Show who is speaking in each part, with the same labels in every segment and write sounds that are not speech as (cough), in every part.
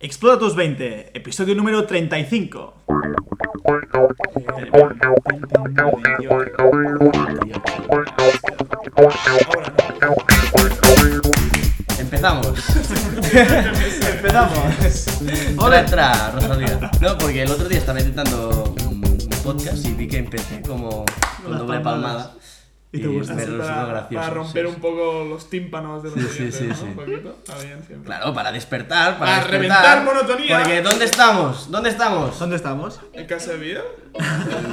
Speaker 1: Explora tus 20, episodio número 35.
Speaker 2: Empezamos. (laughs)
Speaker 1: Empezamos.
Speaker 2: Hola, entra, Rosalía. No, porque el otro día estaba intentando un un podcast y vi que empecé como con
Speaker 1: Las
Speaker 2: doble
Speaker 1: palmadas.
Speaker 2: palmada.
Speaker 1: Y te gusta.
Speaker 2: Pero
Speaker 3: Así
Speaker 2: resultó
Speaker 3: para,
Speaker 2: Pues gracioso.
Speaker 3: para romper
Speaker 2: sí,
Speaker 3: un poco los tímpanos de los
Speaker 2: Sí, sí,
Speaker 3: oyentes,
Speaker 2: sí,
Speaker 3: ¿no?
Speaker 2: sí.
Speaker 3: Un poquito. Está bien, siempre.
Speaker 2: Claro, para despertar, para,
Speaker 3: Para
Speaker 2: despertar.
Speaker 3: reventar monotonía.
Speaker 2: Porque ¿dónde estamos? ¿Dónde estamos?
Speaker 1: ¿Dónde estamos?
Speaker 3: ¿En casa de vida?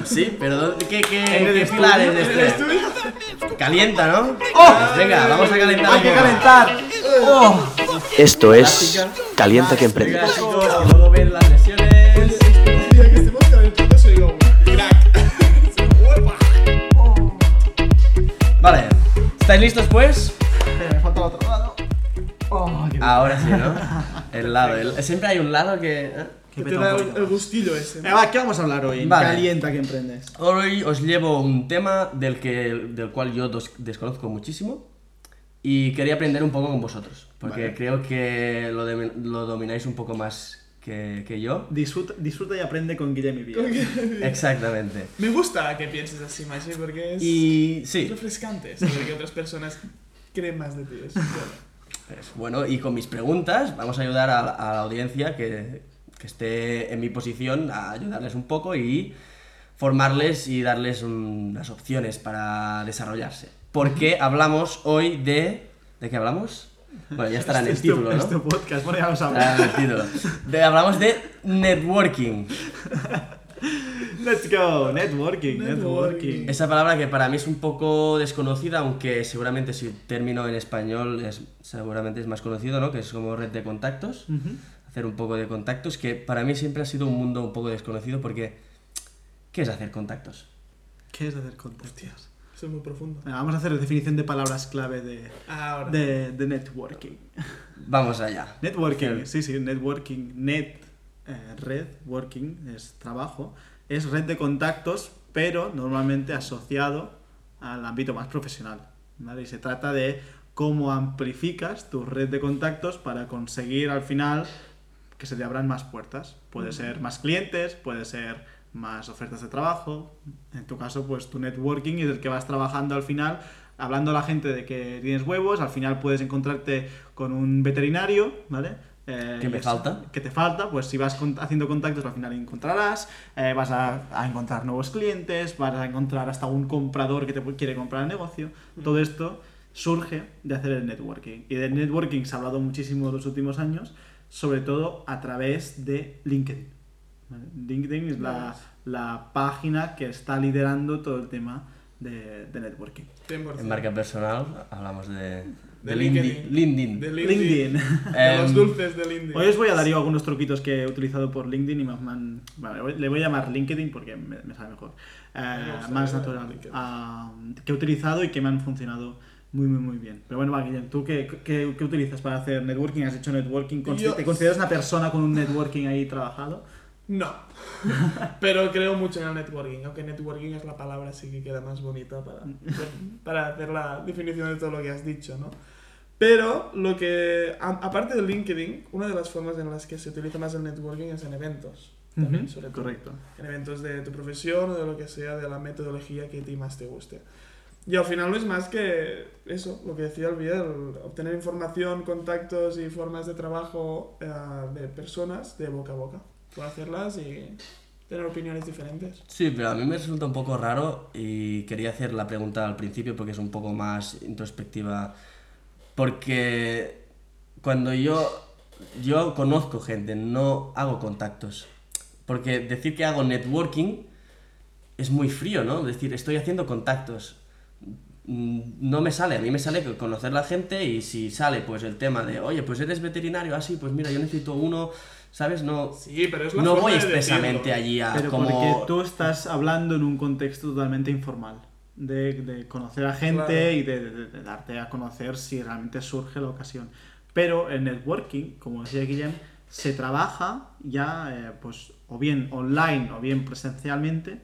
Speaker 2: Sí, pero ¿dónde- ¿qué, qué,
Speaker 1: el
Speaker 2: qué
Speaker 1: estudio,
Speaker 2: planes
Speaker 3: ¿En
Speaker 2: de
Speaker 3: el
Speaker 2: este?
Speaker 3: estudio?
Speaker 2: Calienta, ¿no? Pues
Speaker 1: ¡Oh!
Speaker 2: Venga, vamos a calentar.
Speaker 1: Hay
Speaker 2: un
Speaker 1: que
Speaker 2: poco.
Speaker 1: calentar. ¡Oh!
Speaker 4: Esto es Calienta que
Speaker 2: Venga,
Speaker 4: emprendes.
Speaker 2: chicos, que luego ven las lesiones.
Speaker 3: Mira que este podcast de pronto soy yo. ¡Crack! ¡Uepa!
Speaker 2: Vale, ¿estáis listos pues?
Speaker 1: Espera, me falta el otro lado. ¡Oh! qué-
Speaker 2: Ahora sí, ¿no? El lado, el- siempre hay un lado que... ¿eh?
Speaker 1: qué
Speaker 3: Te
Speaker 1: peta un
Speaker 3: da el
Speaker 1: poquito.
Speaker 3: el gustillo ese.
Speaker 1: Eh, va, ¿Qué vamos a hablar hoy? en
Speaker 2: Vale.
Speaker 1: Calienta que emprendes.
Speaker 2: Hoy os llevo un tema del, que, del cual yo dos- desconozco muchísimo y quería aprender un poco con vosotros, porque creo que lo, de- lo domináis un poco más que, que yo.
Speaker 1: Disfruta, disfruta y aprende con Guillermo y Villa.
Speaker 2: Exactamente.
Speaker 3: (laughs) Me gusta que pienses así, Machi, porque es
Speaker 2: Y sí,
Speaker 3: refrescante saber que otras personas creen más de ti. Es bueno.
Speaker 2: pues, bueno, y con mis preguntas vamos a ayudar a, la- a la audiencia que, que esté en mi posición a ayudarles un poco y formarles y darles un- unas opciones para desarrollarse. Porque hablamos hoy de... ¿De qué hablamos? Bueno, ya estará en el
Speaker 1: Este-
Speaker 2: título, ¿no?
Speaker 1: Este podcast, bueno, ya lo
Speaker 2: Ah,
Speaker 1: sabrás.
Speaker 2: el título. De- hablamos de networking.
Speaker 1: Let's go. Networking, networking.
Speaker 3: Networking.
Speaker 2: Esa palabra que para mí es un poco desconocida, aunque seguramente si término en español es, seguramente es más conocido, ¿no? Que es como red de contactos.
Speaker 1: Ujú.
Speaker 2: Hacer un poco de contactos, que para mí siempre ha sido un mundo un poco desconocido porque... ¿Qué es hacer contactos?
Speaker 1: ¿Qué es hacer contactos?
Speaker 3: Eso es muy profundo.
Speaker 1: Venga, vamos a hacer definición de palabras clave de,
Speaker 3: Ahora.
Speaker 1: de, de networking.
Speaker 2: Vamos allá.
Speaker 1: Networking, eh, sí, sí, networking, net, eh, red, working es trabajo, es red de contactos, pero normalmente asociado al ámbito más profesional. ¿vale? Y se trata de cómo amplificas tu red de contactos para conseguir al final que se te abran más puertas. Puede ser más clientes, puede ser más ofertas de trabajo. En tu caso, pues tu networking y del que vas trabajando al final, hablando a la gente de que tienes huevos, al final puedes encontrarte con un veterinario, ¿vale? Eh,
Speaker 2: Que me
Speaker 1: y es-
Speaker 2: falta.
Speaker 1: Que te falta, pues si vas con- haciendo contactos al final encontrarás, eh, vas a, a encontrar nuevos clientes, vas a encontrar hasta un comprador que te pu- quiere comprar el negocio. Todo esto surge de hacer el networking. Y del networking se ha hablado muchísimo en los últimos años, sobre todo a través de LinkedIn. ¿vale? LinkedIn es la, la página que está liderando todo el tema de, de networking.
Speaker 3: 100%.
Speaker 2: En marca personal hablamos de...
Speaker 3: De
Speaker 2: LinkedIn.
Speaker 3: LinkedIn.
Speaker 2: LinkedIn.
Speaker 3: De
Speaker 1: LinkedIn.
Speaker 3: LinkedIn. De los
Speaker 2: Em,
Speaker 3: dulces de LinkedIn.
Speaker 1: Hoy os voy a dar yo algunos truquitos que he utilizado por LinkedIn y más man- vale, voy- le voy a llamar LinkedIn porque me, me sabe mejor. Eh,
Speaker 3: Me gusta,
Speaker 1: más
Speaker 3: me gusta
Speaker 1: natural.
Speaker 3: LinkedIn.
Speaker 1: Ah, que he utilizado y que me han funcionado muy, muy, muy bien. Pero bueno, va, Guillem, ¿tú qué, qué- qué utilizas para hacer networking? ¿Has hecho networking? ¿Consi-
Speaker 3: Yo-
Speaker 1: ¿Te consideras una persona con un networking ahí trabajado?
Speaker 3: No, (laughs) pero creo mucho en el networking, aunque networking es la palabra así que queda más bonita
Speaker 1: (laughs)
Speaker 3: para, para hacer la definición de todo lo que has dicho, ¿no? Pero lo que, a- aparte de LinkedIn, una de las formas en las que se utiliza más el networking es en eventos, también,
Speaker 1: Ujú,
Speaker 3: sobre todo.
Speaker 1: Correcto.
Speaker 3: En eventos de tu profesión o de lo que sea, de la metodología que a ti más te guste. Y al final no es más que eso, lo que decía Alvier, obtener información, contactos y formas de trabajo eh, de personas de boca a boca. Conocerlas y tener opiniones diferentes.
Speaker 2: Sí, pero a mí me resulta un poco raro y quería hacer la pregunta al principio porque es un poco más introspectiva. Porque cuando yo, yo conozco gente, no hago contactos. Porque decir que hago networking es muy frío, ¿no? Decir, estoy haciendo contactos. Mm, No me sale, a mí me sale que conocer la gente y si sale pues el tema de, oye, pues eres veterinario, así, pues mira, yo necesito uno, ¿sabes? No,
Speaker 3: Sí, pero es la
Speaker 2: no
Speaker 3: forma
Speaker 2: voy
Speaker 3: de
Speaker 2: expresamente
Speaker 3: decirlo.
Speaker 2: allí a
Speaker 1: Pero
Speaker 2: como...
Speaker 1: porque tú estás hablando en un contexto totalmente informal. De, de conocer a gente
Speaker 3: Claro.
Speaker 1: y de, de- de darte a conocer si realmente surge la ocasión. Pero el networking, como decía Guillem, se trabaja ya, eh, pues, o bien online o bien presencialmente,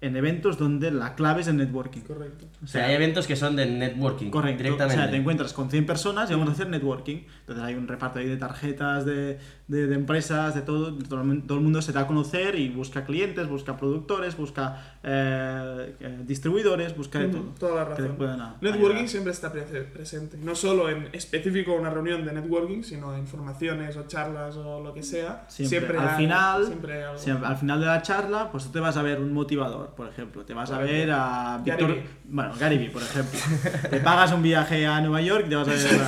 Speaker 1: en eventos donde la clave es el networking.
Speaker 3: Correcto.
Speaker 1: O
Speaker 2: O sea, hay eventos que son de networking
Speaker 1: Correcto. O
Speaker 2: directamente.
Speaker 1: sea, te encuentras con 100 personas y vamos a hacer networking. Entonces hay un reparto ahí de tarjetas de, de, de empresas, de todo, todo el mun- todo el mundo se da a conocer y busca clientes, busca productores, busca eh, eh, distribuidores, busca de
Speaker 3: Ujú,
Speaker 1: todo.
Speaker 3: Mm, Toda la
Speaker 1: que te
Speaker 3: razón.
Speaker 1: puedan a-
Speaker 3: networking
Speaker 1: ayudar.
Speaker 3: siempre está pre- presente. No solo en específico una reunión de networking, sino en formaciones o charlas o lo que sea.
Speaker 1: Siempre. Al
Speaker 3: hay-
Speaker 1: final,
Speaker 3: siempre hay algo.
Speaker 1: Si al al final de la charla, pues tú te vas a ver un motivador, por ejemplo. Te vas a
Speaker 3: Correcto.
Speaker 1: ver a
Speaker 3: Gary
Speaker 1: Víctor.
Speaker 3: Vee.
Speaker 1: Bueno, Gary Vee, por
Speaker 3: (laughs)
Speaker 1: ejemplo. te pagas un viaje a Nueva York y te vas a ver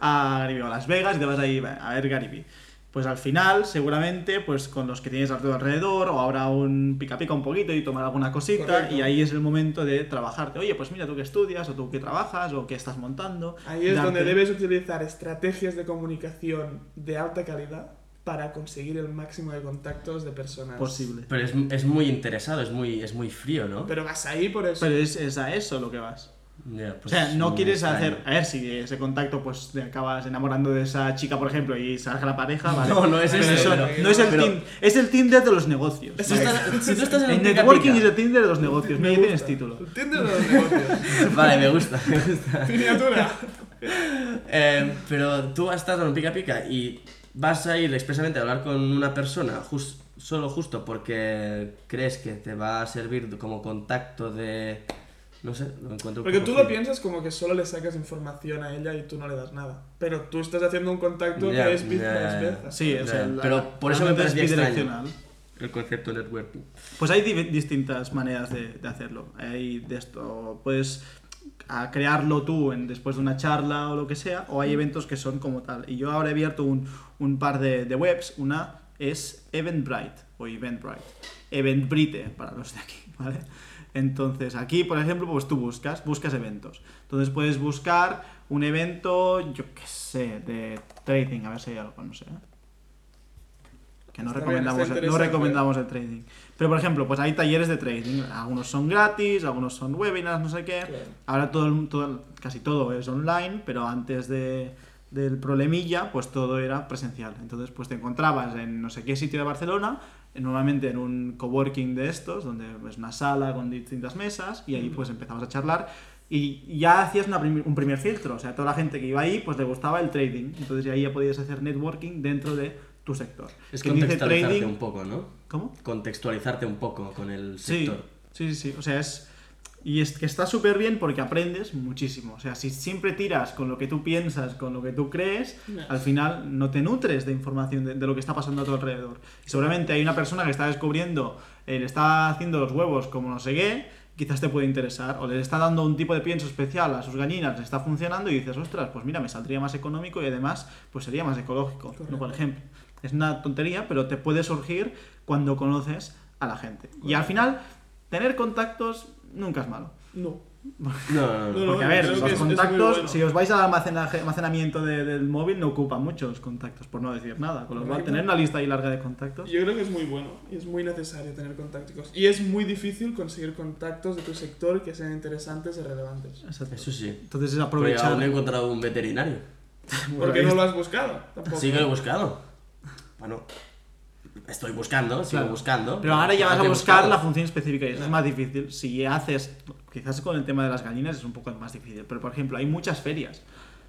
Speaker 1: a, a Gary Vee, o a Las Vegas y te vas a ir a ver Gary Vee. Pues al final, seguramente, pues con los que tienes a tu alrededor, o habrá un pica pica un poquito y tomar alguna cosita,
Speaker 3: Correcto.
Speaker 1: y ahí es el momento de trabajarte. Oye, pues mira tú que estudias, o tú que trabajas, o que estás montando.
Speaker 3: Ahí es donde
Speaker 1: darte-
Speaker 3: debes utilizar estrategias de comunicación de alta calidad para conseguir el máximo de contactos de personas.
Speaker 1: Posible.
Speaker 2: Pero es, es muy interesado, es muy, es muy frío, ¿no?
Speaker 3: Pero vas ahí por eso.
Speaker 1: Pero es- es a eso lo que vas.
Speaker 2: Ya,
Speaker 1: O
Speaker 2: pues
Speaker 1: sea, no
Speaker 2: muy
Speaker 1: quieres
Speaker 2: extraño.
Speaker 1: hacer. A ver, si ese contacto, pues te acabas enamorando de esa chica, por ejemplo, y salga la pareja, vale.
Speaker 2: No, no es
Speaker 1: Pero
Speaker 2: ese,
Speaker 1: eso
Speaker 2: pero-
Speaker 1: no es el
Speaker 2: pero-
Speaker 1: Tinder. Es el Tinder de los negocios.
Speaker 2: Si
Speaker 1: (laughs)
Speaker 2: tú estás- si tú estás en
Speaker 1: El
Speaker 2: el pica
Speaker 1: networking
Speaker 2: pica.
Speaker 1: es el Tinder de los
Speaker 2: (laughs)
Speaker 1: negocios, no
Speaker 3: Me
Speaker 1: tienes
Speaker 3: gusta.
Speaker 1: título.
Speaker 3: Entiende los negocios.
Speaker 2: Vale, me gusta, me gusta.
Speaker 3: Miniatura.
Speaker 2: Eh, pero tú estás en un pica pica y vas a ir expresamente a hablar con una persona jus- solo justo porque crees que te va a servir como contacto de... No sé, lo encuentro un
Speaker 3: Porque
Speaker 2: poco
Speaker 3: tú lo
Speaker 2: frío.
Speaker 3: piensas como que solo le sacas información a ella y tú no le das nada. Pero tú estás haciendo un contacto
Speaker 2: Ya,
Speaker 3: que es
Speaker 2: ya, ya.
Speaker 3: bizca
Speaker 1: Sí, o sea,
Speaker 2: Ya,
Speaker 1: la-
Speaker 2: pero por eso
Speaker 1: la
Speaker 2: me
Speaker 1: mente es
Speaker 2: parecía extraño.
Speaker 1: bidireccional.
Speaker 2: El concepto de networking.
Speaker 1: Pues hay di- distintas maneras de, de hacerlo. Hay de esto, puedes a crearlo tú en, después de una charla o lo que sea, o hay
Speaker 3: Mm.
Speaker 1: eventos que son como tal. Y yo ahora he abierto un, un par de, de webs. Una es Eventbrite o Eventbrite. Eventbrite para los de aquí, (laughs) ¿vale? Entonces, aquí, por ejemplo, pues tú buscas, buscas eventos. Entonces puedes buscar un evento, yo qué sé, de trading, a ver si hay algo, no sé. Que no
Speaker 3: Está bien,
Speaker 1: recomendamos,
Speaker 3: está
Speaker 1: no
Speaker 3: interesante.
Speaker 1: recomendamos el trading. Pero, por ejemplo, pues hay talleres de trading. Algunos son gratis, algunos son webinars, no sé qué.
Speaker 3: Claro.
Speaker 1: Ahora todo, el- todo el- casi todo es online, pero antes de, del problemilla, pues todo era presencial. Entonces, pues te encontrabas en no sé qué sitio de Barcelona, eh, normalmente en un coworking de estos, donde es una sala con distintas mesas, y ahí
Speaker 2: Mm.
Speaker 1: pues empezabas a charlar. Y ya hacías una prim- un primer filtro, o sea, toda la gente que iba ahí, pues le gustaba el trading. Entonces ahí ya podías hacer networking dentro de tu sector.
Speaker 2: Es
Speaker 1: Quien dice
Speaker 2: contextualizarte un poco, ¿no?
Speaker 1: ¿Cómo?
Speaker 2: Contextualizarte un poco con el
Speaker 1: Sí,
Speaker 2: sector.
Speaker 1: sí, sí, sí. O sea, es. Y es que está súper bien porque aprendes muchísimo. O sea, si siempre tiras con lo que tú piensas, con lo que tú crees,
Speaker 3: No.
Speaker 1: al final no te nutres de información de, de lo que está pasando a tu alrededor. Y seguramente hay una persona que está descubriendo, eh, le está haciendo los huevos como no sé qué, quizás te puede interesar. O le está dando un tipo de pienso especial a sus gallinas, le está funcionando y dices, ostras, pues mira, me saldría más económico y además, pues sería más ecológico. ¿no? Por ejemplo. Es una tontería, pero te puede surgir cuando conoces a la gente. Y al final, tener contactos nunca es malo.
Speaker 3: No.
Speaker 2: No, no, no.
Speaker 3: No,
Speaker 1: Porque, a
Speaker 3: yo
Speaker 1: ver,
Speaker 3: creo
Speaker 1: los
Speaker 3: que es- es muy
Speaker 1: contactos,
Speaker 3: bueno.
Speaker 1: si os vais al almacenaje- almacenamiento de- del móvil, no ocupa muchos contactos, por no decir nada. Con lo cual,
Speaker 3: Correcto.
Speaker 1: tener una lista ahí larga de contactos.
Speaker 3: Yo creo que es muy bueno y es muy necesario tener contactos. Y es muy difícil conseguir contactos de tu sector que sean interesantes y relevantes.
Speaker 1: Exacto.
Speaker 2: Eso sí.
Speaker 1: Entonces es
Speaker 2: Pero aún
Speaker 1: aprovechar.
Speaker 2: no he encontrado un veterinario.
Speaker 3: Porque no lo has buscado tampoco.
Speaker 2: Sí que lo he buscado. Bueno, estoy buscando, sigo
Speaker 1: Claro.
Speaker 2: buscando.
Speaker 1: Pero ahora ya vas a
Speaker 2: He
Speaker 1: buscar
Speaker 2: buscado.
Speaker 1: la función específica y eso es más difícil. Si haces, quizás con el tema de las gallinas es un poco más difícil, pero por ejemplo, hay muchas ferias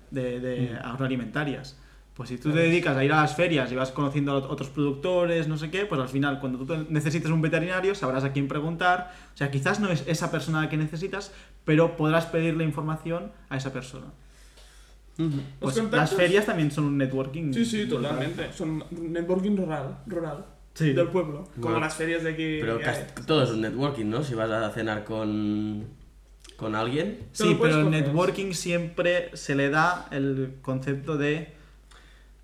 Speaker 1: de, de
Speaker 3: Mm.
Speaker 1: agroalimentarias. Pues si tú te dedicas a ir a las ferias y vas conociendo a otros productores, no sé qué, pues al final cuando tú te- necesites un veterinario sabrás a quién preguntar. O sea, quizás no es esa persona que necesitas, pero podrás pedirle información a esa persona.
Speaker 2: Ujú.
Speaker 3: Los
Speaker 1: Pues las
Speaker 3: contactos-
Speaker 1: ferias también son un networking.
Speaker 3: Sí, sí,
Speaker 1: brutal.
Speaker 3: totalmente. Son networking rural, rural
Speaker 1: Sí.
Speaker 3: del pueblo. Como
Speaker 2: Bueno.
Speaker 3: las ferias de aquí.
Speaker 2: Pero
Speaker 3: que
Speaker 2: casi
Speaker 3: hay.
Speaker 2: todo es un networking, ¿no? Si vas a cenar con, con alguien.
Speaker 3: Te
Speaker 1: Sí,
Speaker 3: lo puedes
Speaker 1: pero el
Speaker 3: coger.
Speaker 1: networking siempre se le da el concepto de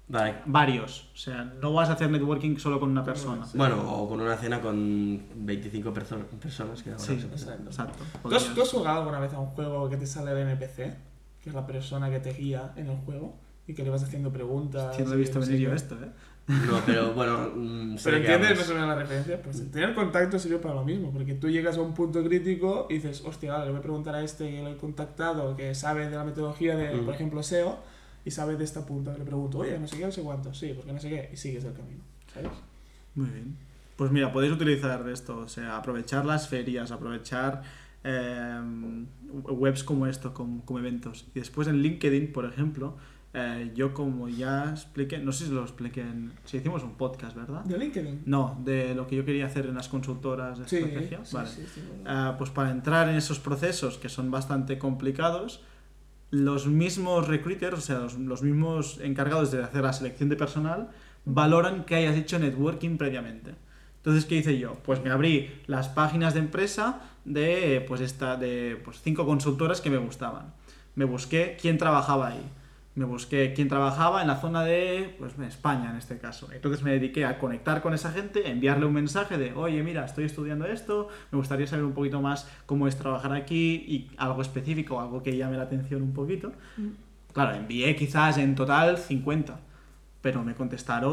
Speaker 2: Vale.
Speaker 1: varios. O sea, no vas a hacer networking solo con una persona.
Speaker 2: Bueno, o con una cena con 25 perso- personas. Que ahora
Speaker 1: Sí,
Speaker 2: se pasa.
Speaker 1: exacto.
Speaker 3: ¿Tú has, tú has jugado alguna vez a un juego que te sale el NPC? Que es la persona que te guía en el juego y que le vas haciendo preguntas.
Speaker 1: Hostia, no he
Speaker 3: y
Speaker 1: visto
Speaker 3: no sé
Speaker 1: venir yo
Speaker 3: qué.
Speaker 1: esto, ¿eh?
Speaker 2: No, pero bueno. mm, sé
Speaker 3: Pero
Speaker 2: de qué
Speaker 3: entiendes
Speaker 2: hablas.
Speaker 3: más o menos la referencia. Pues el tener contacto sirve para lo mismo, porque tú llegas a un punto crítico y dices, hostia, vale, le voy a preguntar a este que lo he contactado, que sabe de la metodología de,
Speaker 2: Mm.
Speaker 3: por ejemplo, SEO, y sabe de esta punta. Le pregunto, oye, no sé qué, no sé cuánto, sí, porque no sé qué, y sigues el camino, ¿sabes?
Speaker 1: Muy bien. Pues mira, podéis utilizar esto, o sea, aprovechar las ferias, aprovechar em, eh, webs como esto, como, como eventos. Y después en LinkedIn, por ejemplo, eh, yo como ya expliqué, no sé si lo expliqué, en- si hicimos un podcast, ¿verdad?
Speaker 3: ¿De LinkedIn?
Speaker 1: No, de lo que yo quería hacer en las consultoras de
Speaker 3: Sí,
Speaker 1: estrategia.
Speaker 3: sí,
Speaker 1: vale.
Speaker 3: sí, sí, bueno.
Speaker 1: Ah, pues para entrar en esos procesos que son bastante complicados, los mismos recruiters, o sea, los, los mismos encargados de hacer la selección de personal, valoran que hayas hecho networking previamente. Entonces, ¿qué hice yo? Pues me abrí las páginas de empresa de, pues esta, de pues cinco consultoras que me gustaban. Me busqué quién trabajaba ahí. Me busqué quién trabajaba en la zona de pues, en España, en este caso. Entonces me dediqué a conectar con esa gente, a enviarle un mensaje de, oye, mira, estoy estudiando esto, me gustaría saber un poquito más cómo es trabajar aquí y algo específico, algo que llame la atención un poquito. Claro, envié quizás en total 50, pero me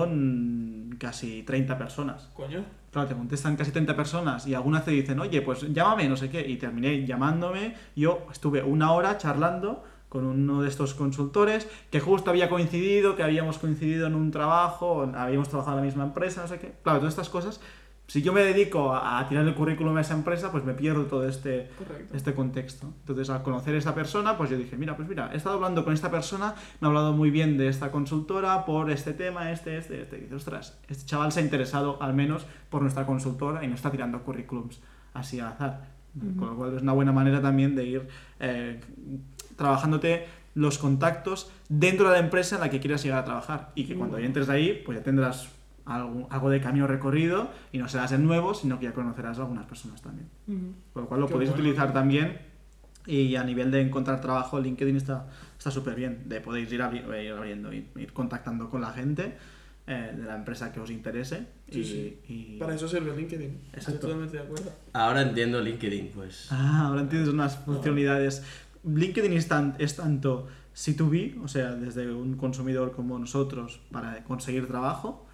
Speaker 1: contestaron casi 30 personas.
Speaker 3: Coño.
Speaker 1: Claro, te contestan casi 30 personas y algunas te dicen, oye, pues llámame, no sé qué, y terminé llamándome. Yo estuve una hora charlando con uno de estos consultores que justo había coincidido, que habíamos coincidido en un trabajo, habíamos trabajado en la misma empresa, no sé qué. Claro, todas estas cosas, si yo me dedico a, a tirar el currículum a esa empresa, pues me pierdo todo este,
Speaker 3: Correcto.
Speaker 1: este contexto. Entonces, al conocer a esta persona, pues yo dije, mira, pues mira, he estado hablando con esta persona, me ha hablado muy bien de esta consultora por este tema, este, este, este. Y dice, ostras, este chaval se ha interesado al menos por nuestra consultora y no está tirando currículums así al azar. Con lo cual es una buena manera también de ir eh, trabajándote los contactos dentro de la empresa en la que quieras llegar a trabajar. Y que cuando ya entres ahí, pues ya tendrás algo, algo de camino recorrido y no serás el nuevo, sino que ya conocerás a algunas personas también.
Speaker 3: Ujú.
Speaker 1: Con lo cual lo
Speaker 3: Qué
Speaker 1: podéis
Speaker 3: bueno.
Speaker 1: utilizar también. Y a nivel de encontrar trabajo, LinkedIn está está súper bien. De podéis ir, abri- eh, ir abriendo, ir, ir contactando con la gente eh, de la empresa que os interese.
Speaker 3: Sí,
Speaker 1: y,
Speaker 3: sí.
Speaker 1: y-
Speaker 3: Para eso sirve LinkedIn. Estoy
Speaker 1: Exacto.
Speaker 3: totalmente de acuerdo.
Speaker 2: Ahora entiendo LinkedIn, pues.
Speaker 1: Ah, ahora entiendes unas funcionalidades. LinkedIn es, tan- es tanto C2B, o sea, desde un consumidor como nosotros para conseguir trabajo,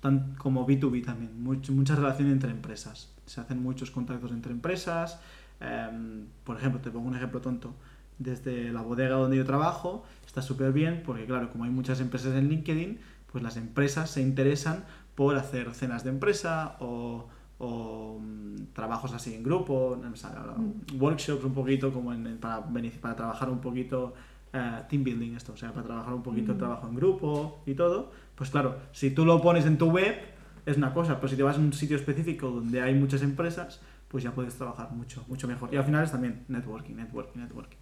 Speaker 1: tan, como B2B también. Much- mucha relación entre empresas. Se hacen muchos contactos entre empresas. em, por ejemplo, te pongo un ejemplo tonto. Desde la bodega donde yo trabajo está súper bien porque, claro, como hay muchas empresas en LinkedIn, pues las empresas se interesan por hacer cenas de empresa o, o, mm, trabajos así en grupo, no sé, workshops un poquito como en- en- para, bene- para trabajar un poquito eh, team building esto, o sea, para trabajar un poquito el trabajo en grupo y todo, pues claro, si tú lo pones en tu web es una cosa, pero si te vas a un sitio específico donde hay muchas empresas, pues ya puedes trabajar mucho, mucho mejor. Y al final es también networking, networking, networking.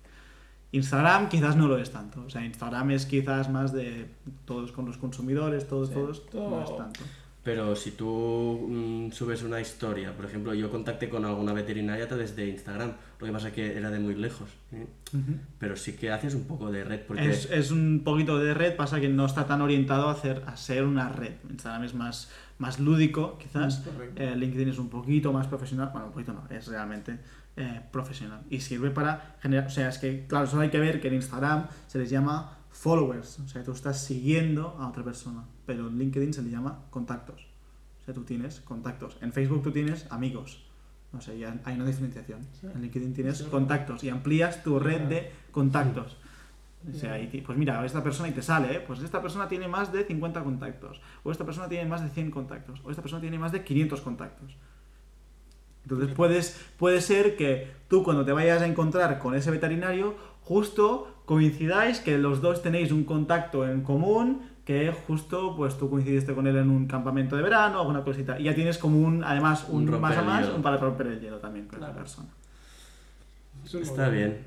Speaker 1: Instagram quizás no lo es tanto, o sea, Instagram es quizás más de todos con los consumidores, todos,
Speaker 2: Sí.
Speaker 1: todos, no es
Speaker 3: Todo.
Speaker 1: tanto.
Speaker 2: Pero si tú mm, subes una historia, por ejemplo, yo contacté con alguna veterinaria desde Instagram, lo que pasa que era de muy lejos. ¿eh?
Speaker 1: Ujú.
Speaker 2: Pero sí que haces un poco de red, porque
Speaker 1: Es, es un poquito de red, pasa que no está tan orientado a, hacer, a ser una red. Instagram es más, más lúdico, quizás.
Speaker 3: Mm, Correcto.
Speaker 1: Eh, LinkedIn es un poquito más profesional. Bueno, un poquito no, es realmente eh, profesional. Y sirve para generar. O sea, es que, claro, solo hay que ver que en Instagram se les llama followers. O sea, tú estás siguiendo a otra persona. Pero en LinkedIn se le llama contactos. O sea, tú tienes contactos. En Facebook tú tienes amigos. No sé, ya hay una diferenciación. En LinkedIn tienes
Speaker 3: Sí.
Speaker 1: contactos y amplías tu red de contactos. O sea, y ti- pues mira, esta persona y te sale, ¿eh? pues esta persona tiene más de 50 contactos, o esta persona tiene más de 100 contactos, o esta persona tiene más de 500 contactos. Entonces puedes, puede ser que tú cuando te vayas a encontrar con ese veterinario, justo coincidáis que los dos tenéis un contacto en común, que justo pues tú coincidiste con él en un campamento de verano, alguna cosita, y ya tienes como un, además,
Speaker 2: Un
Speaker 1: un,
Speaker 2: romper
Speaker 1: más a
Speaker 2: el
Speaker 1: más,
Speaker 2: hielo.
Speaker 1: un para romper el hielo también con
Speaker 3: Claro.
Speaker 1: esa persona.
Speaker 3: Eso es
Speaker 2: está
Speaker 3: muy bueno.
Speaker 2: bien.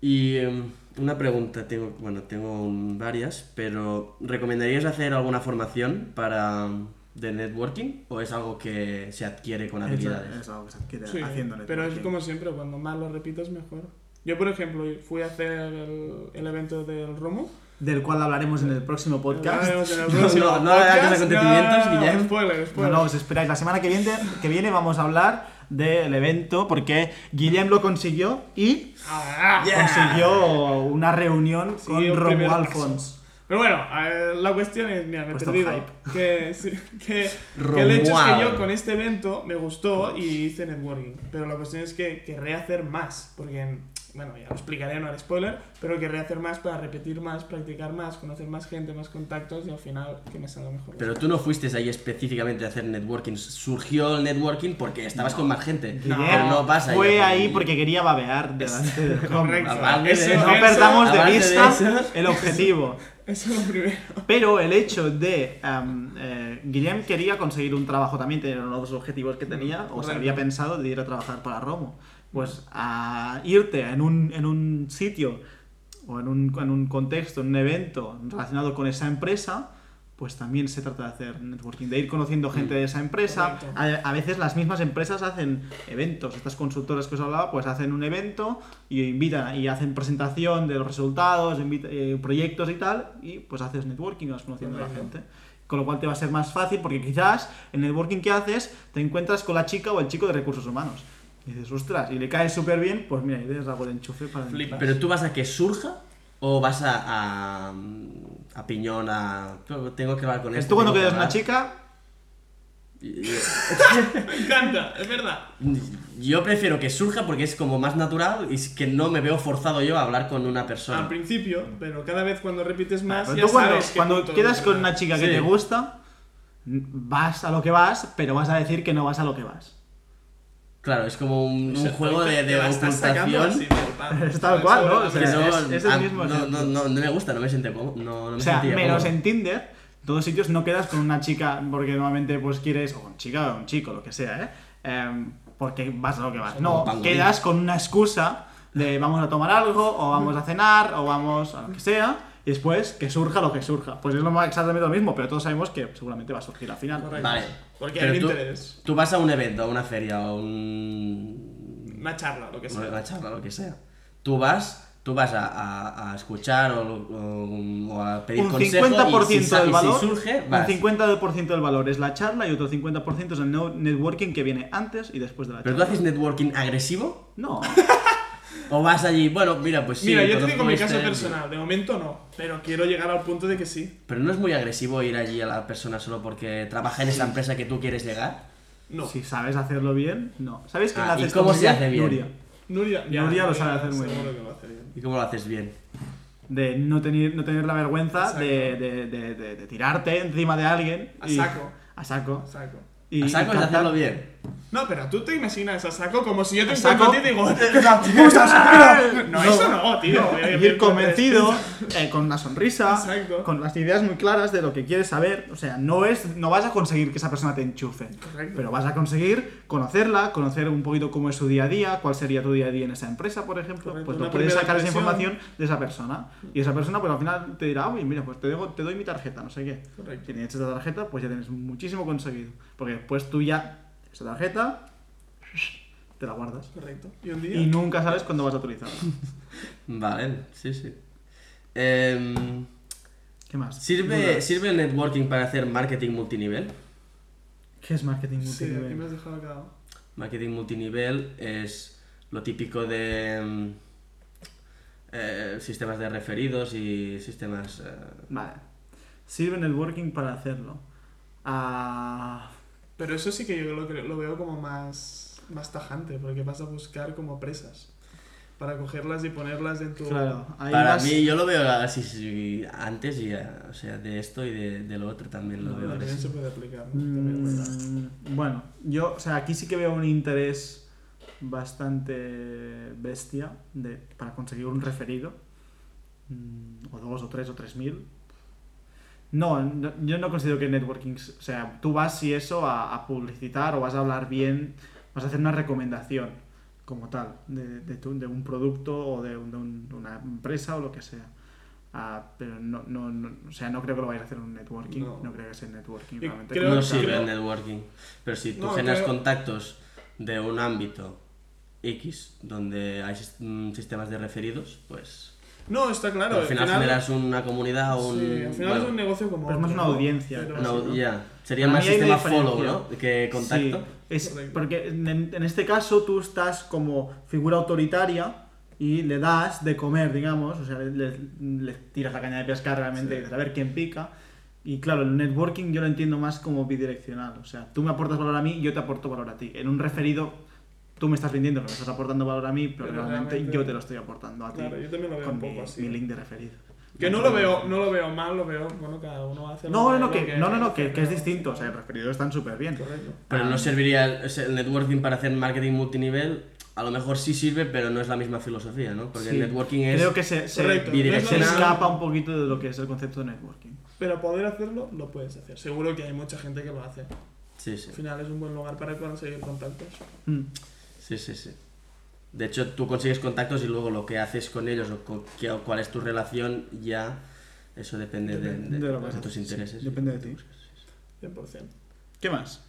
Speaker 2: Y em, una pregunta, tengo, bueno, tengo mm, varias, pero ¿recomendarías hacer alguna formación para mm, de networking o es algo que se adquiere con habilidades?
Speaker 1: Es, es algo que se adquiere
Speaker 3: Sí,
Speaker 1: haciendo
Speaker 3: pero es
Speaker 1: networking.
Speaker 3: como siempre, cuando más lo repitas, mejor. Yo, por ejemplo, fui a hacer el, el evento del Romo.
Speaker 1: del cual hablaremos en el próximo podcast.
Speaker 3: Hablaremos en
Speaker 2: (laughs)
Speaker 3: el
Speaker 2: No,
Speaker 3: próximo
Speaker 2: no, no hagas
Speaker 3: podcast.
Speaker 2: acontecimientos,
Speaker 3: No,
Speaker 2: Guillem.
Speaker 3: Spoiler,
Speaker 1: (laughs)
Speaker 3: spoiler.
Speaker 1: No, no, os esperáis. La semana que viene, que viene vamos a hablar del evento porque Guillem lo consiguió y
Speaker 3: Ah,
Speaker 2: Yeah.
Speaker 1: consiguió una reunión
Speaker 3: Sí,
Speaker 1: con
Speaker 3: un primer
Speaker 1: Romuald
Speaker 3: paso.
Speaker 1: Alfons.
Speaker 3: Pero bueno, eh, la cuestión es, mira, me he
Speaker 1: Puesto
Speaker 3: perdido.
Speaker 1: hype.
Speaker 3: Que, sí, (laughs) que, que el hecho es que
Speaker 2: Romuald.
Speaker 3: yo con este evento me gustó y hice networking. Pero la cuestión es que querré hacer más, porque, bueno, ya lo explicaré, no haré spoiler, pero querré hacer más para repetir más, practicar más, conocer más gente, más contactos y al final que me salga mejor.
Speaker 2: Pero tú no fuiste ahí específicamente a hacer networking, surgió el networking porque estabas con más gente.
Speaker 1: Guillem
Speaker 2: Pero no pasa
Speaker 1: fue
Speaker 2: yo-
Speaker 1: ahí porque quería
Speaker 2: (laughs)
Speaker 1: babear delante de Romuald.
Speaker 3: Correcto.
Speaker 2: Aparte de
Speaker 3: Eso-
Speaker 2: eso-
Speaker 1: No perdamos de
Speaker 2: aparte de
Speaker 1: vista
Speaker 2: eso-
Speaker 1: el objetivo.
Speaker 3: Eso es lo primero. (laughs)
Speaker 1: Pero el hecho de. em, eh, Guillem quería conseguir un trabajo también, tenía uno de los objetivos que tenía, o se
Speaker 3: Correcto.
Speaker 1: había pensado de ir a trabajar para Romo. Pues a irte en un, en un sitio o en un, en un contexto, en un evento relacionado con esa empresa, pues también se trata de hacer networking, de ir conociendo gente de esa empresa.
Speaker 3: Mm. Correcto.
Speaker 1: A, a veces las mismas empresas hacen eventos, estas consultoras que os hablaba, pues hacen un evento y invitan y hacen presentación de los resultados, invita- eh, proyectos y tal, y pues haces networking, vas conociendo a la
Speaker 3: Correcto.
Speaker 1: gente. Con lo cual te va a ser más fácil porque quizás en el networking que haces te encuentras con la chica o el chico de recursos humanos. Y dices, ostras, y le caes súper bien, pues mira, y tienes algo de enchufe para...
Speaker 3: Flipa.
Speaker 2: Pero tú vas a que surja o vas a. a, a piñón, a. Tengo que hablar con
Speaker 1: Pues
Speaker 2: esto.
Speaker 1: tú cuando
Speaker 2: tengo que
Speaker 1: quedas una
Speaker 2: hablar.
Speaker 1: chica,
Speaker 2: Y- y-
Speaker 3: Me encanta, es verdad.
Speaker 2: Yo prefiero que surja porque es como más natural y es que no me veo forzado yo a hablar con una
Speaker 3: Al
Speaker 2: persona.
Speaker 3: principio, pero cada vez cuando repites más,
Speaker 1: Pero
Speaker 3: ya
Speaker 1: tú cuando,
Speaker 3: sabes qué
Speaker 1: cuando
Speaker 3: punto
Speaker 1: quedas
Speaker 3: es,
Speaker 1: con
Speaker 3: ¿verdad?
Speaker 1: una chica que
Speaker 2: Sí.
Speaker 1: te gusta, vas a lo que vas, pero vas a decir que no vas a lo que vas.
Speaker 2: Claro, es como un, un
Speaker 3: O sea,
Speaker 2: juego
Speaker 3: te-
Speaker 2: de,
Speaker 3: te
Speaker 2: de
Speaker 3: la estás sacando
Speaker 2: ocultación.
Speaker 3: así, del
Speaker 1: (laughs)
Speaker 3: palo.
Speaker 1: Es tal cual, ¿no? O
Speaker 2: que
Speaker 1: sea,
Speaker 2: no,
Speaker 1: es- es el
Speaker 2: a-
Speaker 1: mismo
Speaker 2: no,
Speaker 1: ejemplo.
Speaker 2: no, no, no me gusta, no me siento cómodo. No, no me
Speaker 1: O sea,
Speaker 2: sentía
Speaker 1: menos
Speaker 2: cómodo.
Speaker 1: en Tinder, en todos sitios no quedas con una chica porque normalmente pues quieres, o con chica o un chico, lo que sea, ¿eh? Em, porque vas a lo que vas. No,
Speaker 2: pangolín.
Speaker 1: quedas con una excusa de vamos a tomar algo, o vamos a cenar, o vamos a lo que sea, y después que surja lo que surja. Pues es lo más- exactamente lo mismo, pero todos sabemos que seguramente va a surgir al final.
Speaker 3: Correcto.
Speaker 2: Vale.
Speaker 3: Porque
Speaker 2: pero
Speaker 3: hay un
Speaker 2: tú,
Speaker 3: interés.
Speaker 2: Tú vas a un evento, a una feria, a un.
Speaker 3: Una charla, lo que sea.
Speaker 2: una charla, lo que sea. Tú vas, tú vas a, a- a escuchar o, o- o a pedir
Speaker 1: un
Speaker 2: consejo y si
Speaker 1: 50%
Speaker 2: sa- y
Speaker 1: del
Speaker 2: si,
Speaker 1: valor,
Speaker 2: surge,
Speaker 1: un
Speaker 2: vas.
Speaker 1: 50% del valor es la charla y otro 50% es el no- networking que viene antes y después de la
Speaker 2: Pero tú
Speaker 1: charla.
Speaker 2: haces networking agresivo. (laughs)
Speaker 1: No,
Speaker 2: O vas allí, bueno, mira, pues sí.
Speaker 3: Mira, yo te
Speaker 2: conozco
Speaker 3: digo mi
Speaker 2: este-
Speaker 3: caso personal. De momento no, pero quiero llegar al punto de que sí.
Speaker 2: Pero no es muy agresivo ir allí a la persona solo porque trabaja en esa empresa que tú quieres llegar.
Speaker 3: No.
Speaker 1: si sabes hacerlo bien, no. ¿Sabes quién
Speaker 2: Ah,
Speaker 1: lo
Speaker 2: ¿y
Speaker 1: hace
Speaker 2: cómo
Speaker 1: esto
Speaker 2: se
Speaker 1: muy
Speaker 2: hace bien?
Speaker 1: Nuria,
Speaker 3: Nuria,
Speaker 1: Nuria lo sabe hacer muy bien.
Speaker 3: seguro que lo hace bien.
Speaker 2: ¿Y cómo lo haces bien?
Speaker 1: de no tener, no tener la vergüenza
Speaker 3: Exacto.
Speaker 1: de, de- de- de- de tirarte encima de alguien.
Speaker 3: A
Speaker 1: y-
Speaker 3: saco.
Speaker 1: A saco.
Speaker 3: Saco.
Speaker 1: Y,
Speaker 2: a saco
Speaker 1: y
Speaker 2: es
Speaker 1: captar-
Speaker 2: hacerlo bien.
Speaker 3: No, pero tú te imaginas a saco como si yo te
Speaker 1: A saco.
Speaker 3: encuentro a ti y
Speaker 1: (laughs)
Speaker 3: digo, "¿Cómo estás? Mira". No, eso no, tío. voy a
Speaker 1: Y ir
Speaker 3: bien
Speaker 1: convencido, eh, con una sonrisa,
Speaker 3: Exacto.
Speaker 1: con las ideas muy claras de lo que quieres saber. O sea, no, es, no vas a conseguir que esa persona te enchufe,
Speaker 3: Correcto.
Speaker 1: pero vas a conseguir conocerla, conocer un poquito cómo es su día a día, cuál sería tu día a día en esa empresa, por ejemplo.
Speaker 3: Correcto,
Speaker 1: Pues
Speaker 3: una
Speaker 1: lo puedes
Speaker 3: primera
Speaker 1: sacar esa
Speaker 3: impresión.
Speaker 1: información de esa persona. Y esa persona, pues al final te dirá, oye, mira, pues te, debo- te doy mi tarjeta, no sé qué.
Speaker 3: Correcto.
Speaker 1: Si tienes esa tarjeta, pues ya tienes muchísimo conseguido. Porque después tú ya, esa tarjeta, te la guardas.
Speaker 3: Correcto. Y un
Speaker 1: Y
Speaker 3: día.
Speaker 1: nunca sabes cuándo vas a utilizarla.
Speaker 2: Vale, sí, sí. Em,
Speaker 1: ¿Qué más?
Speaker 2: ¿sirve,
Speaker 1: Dudas.
Speaker 2: ¿Sirve el networking para hacer marketing multinivel?
Speaker 1: ¿Qué es marketing
Speaker 3: Sí, aquí me
Speaker 1: multinivel?
Speaker 3: has dejado acabado.
Speaker 2: Marketing multinivel es lo típico de em, eh, sistemas de referidos y sistemas... eh,
Speaker 1: vale. Sirve networking para hacerlo. Ah,
Speaker 3: Pero eso sí que yo lo, creo- lo veo como más, más tajante, porque vas a buscar como presas para cogerlas y ponerlas en tu.
Speaker 1: claro, ahí
Speaker 2: Para
Speaker 1: vas-
Speaker 2: mí, yo lo veo así, sí, antes y, ah, o sea, de esto y de, de lo otro también lo
Speaker 3: No,
Speaker 2: veo.
Speaker 3: también
Speaker 2: así.
Speaker 3: se puede aplicar. ¿no? También es verdad.
Speaker 1: Mm, bueno, yo, o sea, aquí sí que veo un interés bastante bestia de, para conseguir un referido. Mm, o dos, o tres, o tres mil. No, no- yo no considero que networking. s- O sea, tú vas y eso a, a publicitar o vas a hablar bien, vas a hacer una recomendación como tal de, de tu- de un producto o de, un- de un- de una empresa o lo que sea. Ah, pero no, no, no- o sea, no creo que lo vayas a hacer en un networking.
Speaker 3: No.
Speaker 1: No, creo que sea networking.
Speaker 3: Y
Speaker 1: realmente
Speaker 3: creo-
Speaker 2: No
Speaker 1: como
Speaker 2: sirve
Speaker 1: tal.
Speaker 2: el networking. Pero si tú
Speaker 3: No,
Speaker 2: generas
Speaker 3: creo-
Speaker 2: contactos de un ámbito X donde hay sis- mm, sistemas de referidos, pues
Speaker 1: Mm.
Speaker 3: No, está claro.
Speaker 2: al final, generas una comunidad o un.
Speaker 3: sí, al final
Speaker 2: bueno,
Speaker 3: es un negocio como.
Speaker 1: Pero es más
Speaker 3: otro,
Speaker 1: una
Speaker 3: ¿no?
Speaker 1: audiencia,
Speaker 3: Pero-
Speaker 2: una-
Speaker 1: así, ¿no?
Speaker 2: ya. Sería
Speaker 1: Para
Speaker 2: más
Speaker 1: mí hay
Speaker 2: sistema
Speaker 1: diferencia.
Speaker 2: follow, ¿no? Que contacto.
Speaker 1: Sí, es
Speaker 3: Correcto.
Speaker 1: porque en, en este caso tú estás como figura autoritaria y le das de comer, digamos, o sea, le, le- le tiras la caña de pescar realmente y dices, a ver quién pica. Y claro, el networking yo lo entiendo más como bidireccional, o sea, tú me aportas valor a mí, yo te aporto valor a ti. En un referido, tú me estás vendiendo que me estás aportando valor a mí, pero,
Speaker 3: Pero
Speaker 1: realmente,
Speaker 3: realmente-
Speaker 1: yo te lo estoy aportando a ti
Speaker 3: Claro, yo también lo veo
Speaker 1: con
Speaker 3: un
Speaker 1: mi,
Speaker 3: poco así.
Speaker 1: mi link de referido.
Speaker 3: Que no lo veo, no lo veo mal, lo veo. Bueno, cada uno hace.
Speaker 1: No, no,
Speaker 3: lo
Speaker 1: no, que, no, no, no, que, que es
Speaker 3: pero-
Speaker 1: distinto, o sea, los referidos están súper bien.
Speaker 3: Correcto.
Speaker 2: Pero no serviría el, o sea, el networking para hacer marketing multinivel. a lo mejor sí sirve, pero no es la misma filosofía, ¿no? Porque
Speaker 1: Sí.
Speaker 2: el networking es...
Speaker 1: Creo que se, se,
Speaker 3: Correcto.
Speaker 1: se
Speaker 2: Direccional.
Speaker 1: escapa un poquito de lo que es el concepto de networking.
Speaker 3: Pero poder hacerlo, lo puedes hacer. Seguro que hay mucha gente que lo hace.
Speaker 2: Sí, sí,
Speaker 3: Al final es un buen lugar para conseguir contactos.
Speaker 1: Mm.
Speaker 2: sí, sí, sí. De hecho, tú consigues contactos y luego lo que haces con ellos o co- qué- o cuál es tu relación ya... Eso depende, de-
Speaker 1: Depende
Speaker 2: de,
Speaker 1: de lo que
Speaker 2: de
Speaker 1: haces,
Speaker 2: tus
Speaker 1: sí.
Speaker 2: intereses.
Speaker 1: Depende de ti.
Speaker 3: 100%.
Speaker 1: ¿Qué más?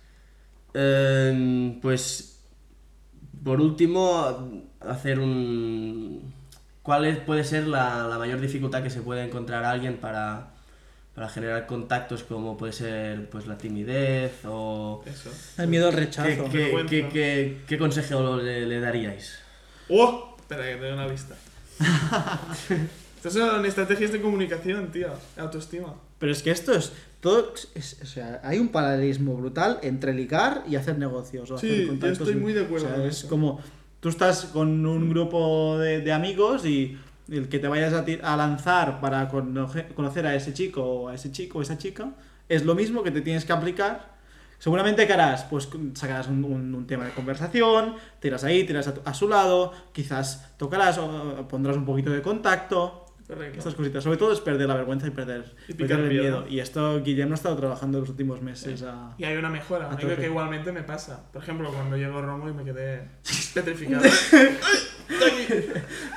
Speaker 2: Eh, pues por último, hacer un... ¿Cuál es- puede ser la, la mayor dificultad que se puede encontrar alguien para, para generar contactos como puede ser pues la timidez o...
Speaker 3: Eso.
Speaker 5: El miedo al
Speaker 2: ¿Qué,
Speaker 5: rechazo.
Speaker 2: qué-
Speaker 3: vergüenza.
Speaker 2: qué- qué- qué consejo le, le daríais?
Speaker 3: ¡Oh! Espera, que te doy
Speaker 1: (laughs)
Speaker 3: una vista. Estas son estrategias de comunicación, tío. Autoestima.
Speaker 5: Pero es que esto es todo. es- o sea, hay un paralelismo brutal entre ligar y hacer negocios. O
Speaker 3: Sí,
Speaker 5: hacer
Speaker 3: yo
Speaker 5: contactos.
Speaker 3: estoy muy de acuerdo
Speaker 1: O sea,
Speaker 3: con
Speaker 1: es
Speaker 3: eso.
Speaker 1: como tú estás con un grupo de, de amigos y el que te vayas a, ti- a lanzar para conoje- conocer a ese chico o a ese chico o esa chica es lo mismo que te tienes que aplicar. Seguramente que harás, pues sacarás un, un- un tema de conversación, tiras ahí, tiras a, tu- a su lado, quizás tocarás o o pondrás un poquito de contacto,
Speaker 3: Correcto.
Speaker 1: estas cositas. Sobre todo es perder la vergüenza y perder,
Speaker 3: Y picar
Speaker 1: perder el
Speaker 3: piedra.
Speaker 1: miedo. Y esto Guillermo ha estado trabajando los últimos meses a...
Speaker 3: Y hay una mejora,
Speaker 1: A
Speaker 3: algo que
Speaker 1: tope.
Speaker 3: igualmente me pasa. Por ejemplo, cuando llego a Romo y me quedé
Speaker 1: (laughs)
Speaker 3: petrificado. ¡Ay! ¡Estoy aquí!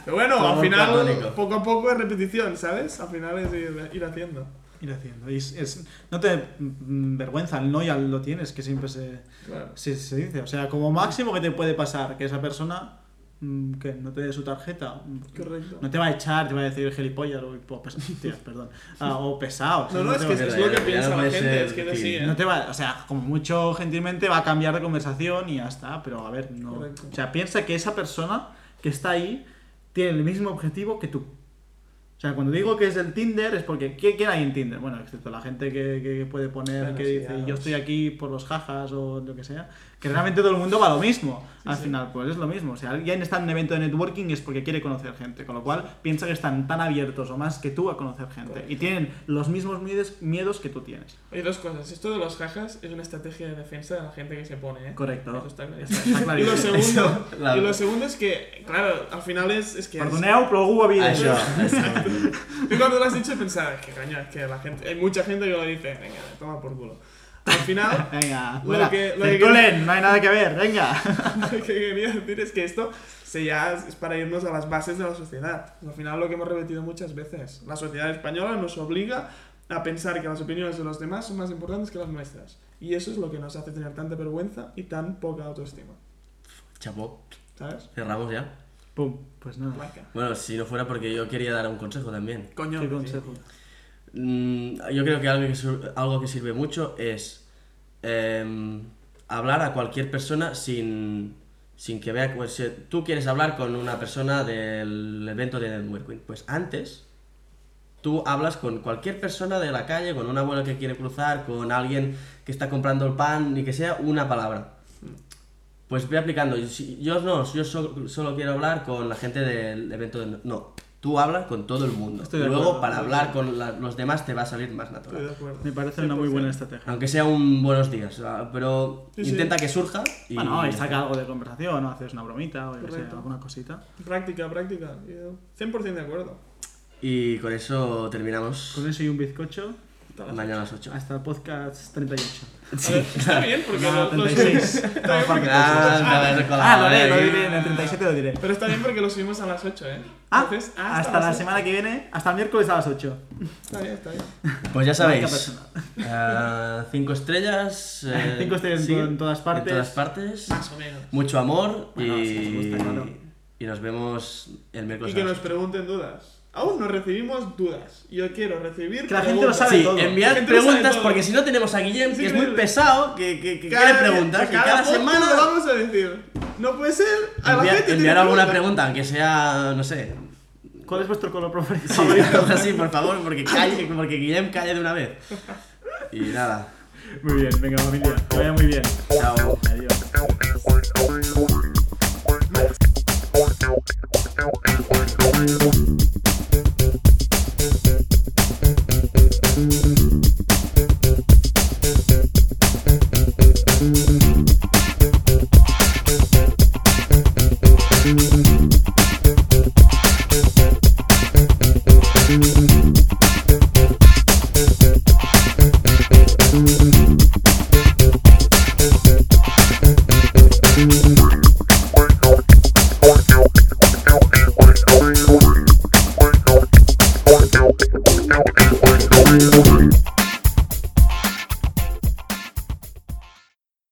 Speaker 3: Pero bueno,
Speaker 2: Todo
Speaker 3: al final,
Speaker 2: platónico.
Speaker 3: poco a poco es repetición, ¿sabes? Al final es ir, ir haciendo.
Speaker 1: ir haciendo. Y es, es- no te mm, vergüenza, el no ya lo tienes, que siempre se,
Speaker 3: Claro.
Speaker 1: se, se dice. O sea, como máximo que te puede pasar que esa persona mm, que no te dé su tarjeta, mm,
Speaker 3: Correcto.
Speaker 1: no te va a echar, te va a decir gilipollas o, o pes- tías, (laughs) perdón, Ah, o pesado. o sea,
Speaker 3: No, no, es
Speaker 1: te
Speaker 3: que
Speaker 1: va-
Speaker 3: es
Speaker 2: verdad,
Speaker 3: lo
Speaker 2: ya
Speaker 3: que
Speaker 2: no
Speaker 3: piensa la
Speaker 2: puede
Speaker 3: gente,
Speaker 2: ser
Speaker 3: es que es
Speaker 2: que-
Speaker 3: así, ¿eh?
Speaker 1: no te va, o sea, como mucho gentilmente va a cambiar de conversación y ya está, pero a ver, no.
Speaker 3: Correcto.
Speaker 1: O sea, piensa que esa persona que está ahí tiene el mismo objetivo que tú. O sea, cuando digo que es el Tinder es porque ¿qué, quién hay en Tinder? Bueno, excepto la gente que, que puede poner
Speaker 3: Bueno,
Speaker 1: que
Speaker 3: sí, ya
Speaker 1: dice yo
Speaker 3: los-
Speaker 1: estoy aquí por los jajas o lo que sea, que realmente todo el mundo va a lo mismo. Al
Speaker 3: sí.
Speaker 1: final, pues es lo mismo. O sea, alguien está en un evento de networking es porque quiere conocer gente, con lo cual piensa que están tan abiertos o más que tú a conocer gente y tienen los mismos miedes- miedos que tú tienes.
Speaker 3: Hay dos cosas. Esto de los jajas es una estrategia de defensa de la gente que se pone, ¿eh?
Speaker 1: Correcto.
Speaker 3: Eso está clarísimo.
Speaker 1: (laughs) Está- está clarísimo.
Speaker 3: Y lo segundo,
Speaker 2: la-
Speaker 3: y lo segundo es que, claro, al final es, es que... es- (laughs)
Speaker 1: Perdoneu, però algú ho havia de
Speaker 2: Això,
Speaker 1: dir.
Speaker 2: això. (laughs)
Speaker 3: Yo cuando lo has dicho he pensado, es que coño, es que la gente, hay mucha gente que lo dice, venga, toma por culo. Al final, (laughs)
Speaker 1: Venga,
Speaker 3: Lo
Speaker 1: fuera.
Speaker 3: que- lo que-
Speaker 1: Circulen, no hay nada que ver, venga.
Speaker 3: lo que quería decir es que esto se ya es para irnos a las bases de la sociedad. Al final lo que hemos repetido muchas veces, la sociedad española nos obliga a pensar que las opiniones de los demás son más importantes que las nuestras. Y eso es lo que nos hace tener tanta vergüenza y tan poca autoestima.
Speaker 2: Chapó,
Speaker 3: ¿Sabes?
Speaker 2: cerramos ya.
Speaker 1: (laughs) Pum, pues nada.
Speaker 3: Blanca.
Speaker 2: Bueno, si no fuera porque yo quería dar un consejo también.
Speaker 3: Coño.
Speaker 1: Qué
Speaker 3: que sí.
Speaker 1: consejo.
Speaker 2: Mm, yo creo que algo que, sur- algo que sirve mucho es em, hablar a cualquier persona sin, sin que vea... Pues, si tú quieres hablar con una persona del evento de networking, pues antes tú hablas con cualquier persona de la calle, con una abuela que quiere cruzar, con alguien que está comprando el pan, ni que sea una palabra. Pues ve aplicando. Y si- Yo no, yo so- solo quiero hablar con la gente del evento de... No, tú hablas con todo el mundo.
Speaker 1: Estoy de
Speaker 2: Luego,
Speaker 1: acuerdo,
Speaker 2: para
Speaker 1: estoy de
Speaker 2: hablar con la- los demás te va a salir más
Speaker 3: Estoy de
Speaker 2: natural.
Speaker 3: acuerdo.
Speaker 1: Me parece una muy
Speaker 3: 100%.
Speaker 1: buena estrategia.
Speaker 2: Aunque sea un buenos días, ah, pero
Speaker 3: Sí, sí.
Speaker 2: intenta que surja y...
Speaker 1: Bueno, y saca algo de conversación, o haces una bromita, o yo qué sé,
Speaker 3: Correcto.
Speaker 1: alguna cosita.
Speaker 3: Práctica, práctica. Yo 100% de acuerdo.
Speaker 2: Y con eso terminamos
Speaker 1: Con eso y un bizcocho,
Speaker 2: mañana a las 8.
Speaker 1: hasta el podcast 38.
Speaker 3: A ver, está bien, porque
Speaker 1: (laughs) No,
Speaker 3: lo- lo- (laughs)
Speaker 1: 36. No, porque- Ah, lo haré, lo diré, en el 37 lo diré.
Speaker 3: Pero está bien porque lo subimos a las 8, ¿eh?
Speaker 1: Ah,
Speaker 3: Entonces,
Speaker 1: hasta, la semana que viene, hasta el miércoles a las 8.
Speaker 3: Está bien, está bien.
Speaker 2: Pues ya sabéis,
Speaker 1: personal.
Speaker 2: ah,
Speaker 1: (laughs)
Speaker 2: cinco estrellas. eh,
Speaker 1: Cinco estrellas en
Speaker 2: sí,
Speaker 1: to- en todas partes.
Speaker 2: en todas partes.
Speaker 3: Más o menos.
Speaker 2: Mucho amor
Speaker 1: Bueno,
Speaker 2: y,
Speaker 1: si os gusta, claro.
Speaker 2: y nos vemos el miércoles.
Speaker 3: Y que
Speaker 2: a las
Speaker 3: nos pregunten dudas. Aún no recibimos dudas. Yo quiero recibir.
Speaker 1: Que la gente lo
Speaker 3: preguntas.
Speaker 1: sabe
Speaker 2: Sí,
Speaker 1: todo.
Speaker 3: La
Speaker 2: enviad
Speaker 3: gente lo sabe
Speaker 2: preguntas
Speaker 3: todo.
Speaker 2: porque si no tenemos a Guillem,
Speaker 3: Es
Speaker 2: que es muy
Speaker 3: increíble.
Speaker 2: pesado, que, que, que
Speaker 3: Cada
Speaker 2: quiere
Speaker 3: día-
Speaker 2: preguntas, que cada,
Speaker 3: podcast
Speaker 2: semana
Speaker 3: lo vamos a decir. No puede ser. A Ah, la
Speaker 2: enviar,
Speaker 3: gente
Speaker 2: enviar
Speaker 3: tiene
Speaker 2: alguna
Speaker 3: preguntas.
Speaker 2: pregunta, aunque sea, no
Speaker 3: (laughs)
Speaker 2: sé,
Speaker 1: ¿Cuál es vuestro color preferido? (laughs)
Speaker 2: sí, algo así, por favor, porque, calle, porque Guillem calle de una vez. Y nada,
Speaker 1: Muy bien, venga familia, que vaya muy bien.
Speaker 2: chao.
Speaker 1: Adiós.